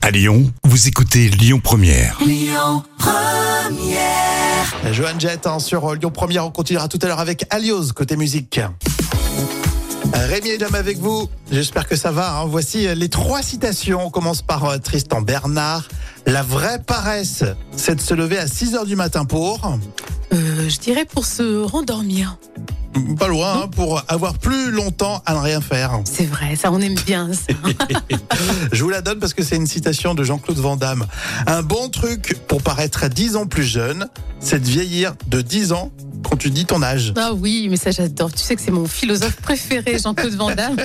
À Lyon, vous écoutez Lyon Première. Johan Jett hein, sur Lyon Première. On continuera tout à l'heure avec Alioz côté musique. Rémi et Jam avec vous. J'espère que ça va. hein. Voici les trois citations. On commence par euh, Tristan Bernard. La vraie paresse, c'est de se lever à 6 heures du matin pour. Euh, je dirais pour se rendormir. Pas loin, hein, pour avoir plus longtemps à ne rien faire. C'est vrai, ça on aime bien ça. Je vous la donne parce que c'est une citation de Jean-Claude Van Damme. Un bon truc pour paraître 10 ans plus jeune, c'est de vieillir de 10 ans quand tu dis ton âge. Ah oui, mais ça j'adore. Tu sais que c'est mon philosophe préféré, Jean-Claude Van Damme.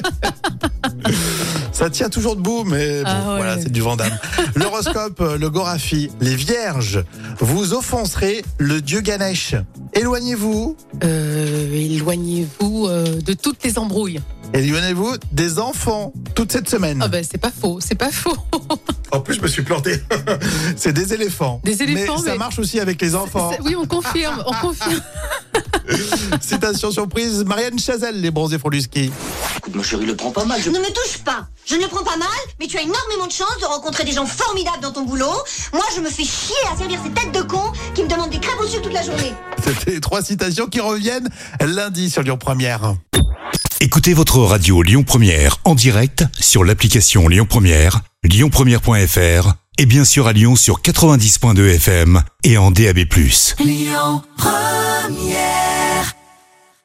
Ça tient toujours debout, mais bon, Ah ouais. voilà, c'est du Vandame. L'horoscope, euh, le Gorafi, les Vierges, vous offenserez le dieu Ganesh. Éloignez-vous, Euh, Éloignez-vous euh, de toutes les embrouilles. éloignez-vous des enfants toute cette semaine. Ah ben c'est pas faux, c'est pas faux. En plus, je me suis planté. c'est des éléphants. Des éléphants, mais ça mais- marche aussi avec les enfants. Oui, on confirme, on confirme. Citation surprise, Marianne Chazelle, les bronzés font du ski. Écoute, mon chéri, le prend pas mal. Je... Ne me touche pas. Je ne le prends pas mal, mais tu as énormément de chance de rencontrer des gens formidables dans ton boulot. Moi, je me fais chier à servir ces têtes de cons qui me demandent des crêpes au sucre toute la journée. C'était les trois citations qui reviennent lundi sur Lyon Première. Écoutez votre radio Lyon Première en direct sur l'application Lyon Première, lyonpremière.fr et bien sûr à Lyon sur 90.2 FM et en DAB+.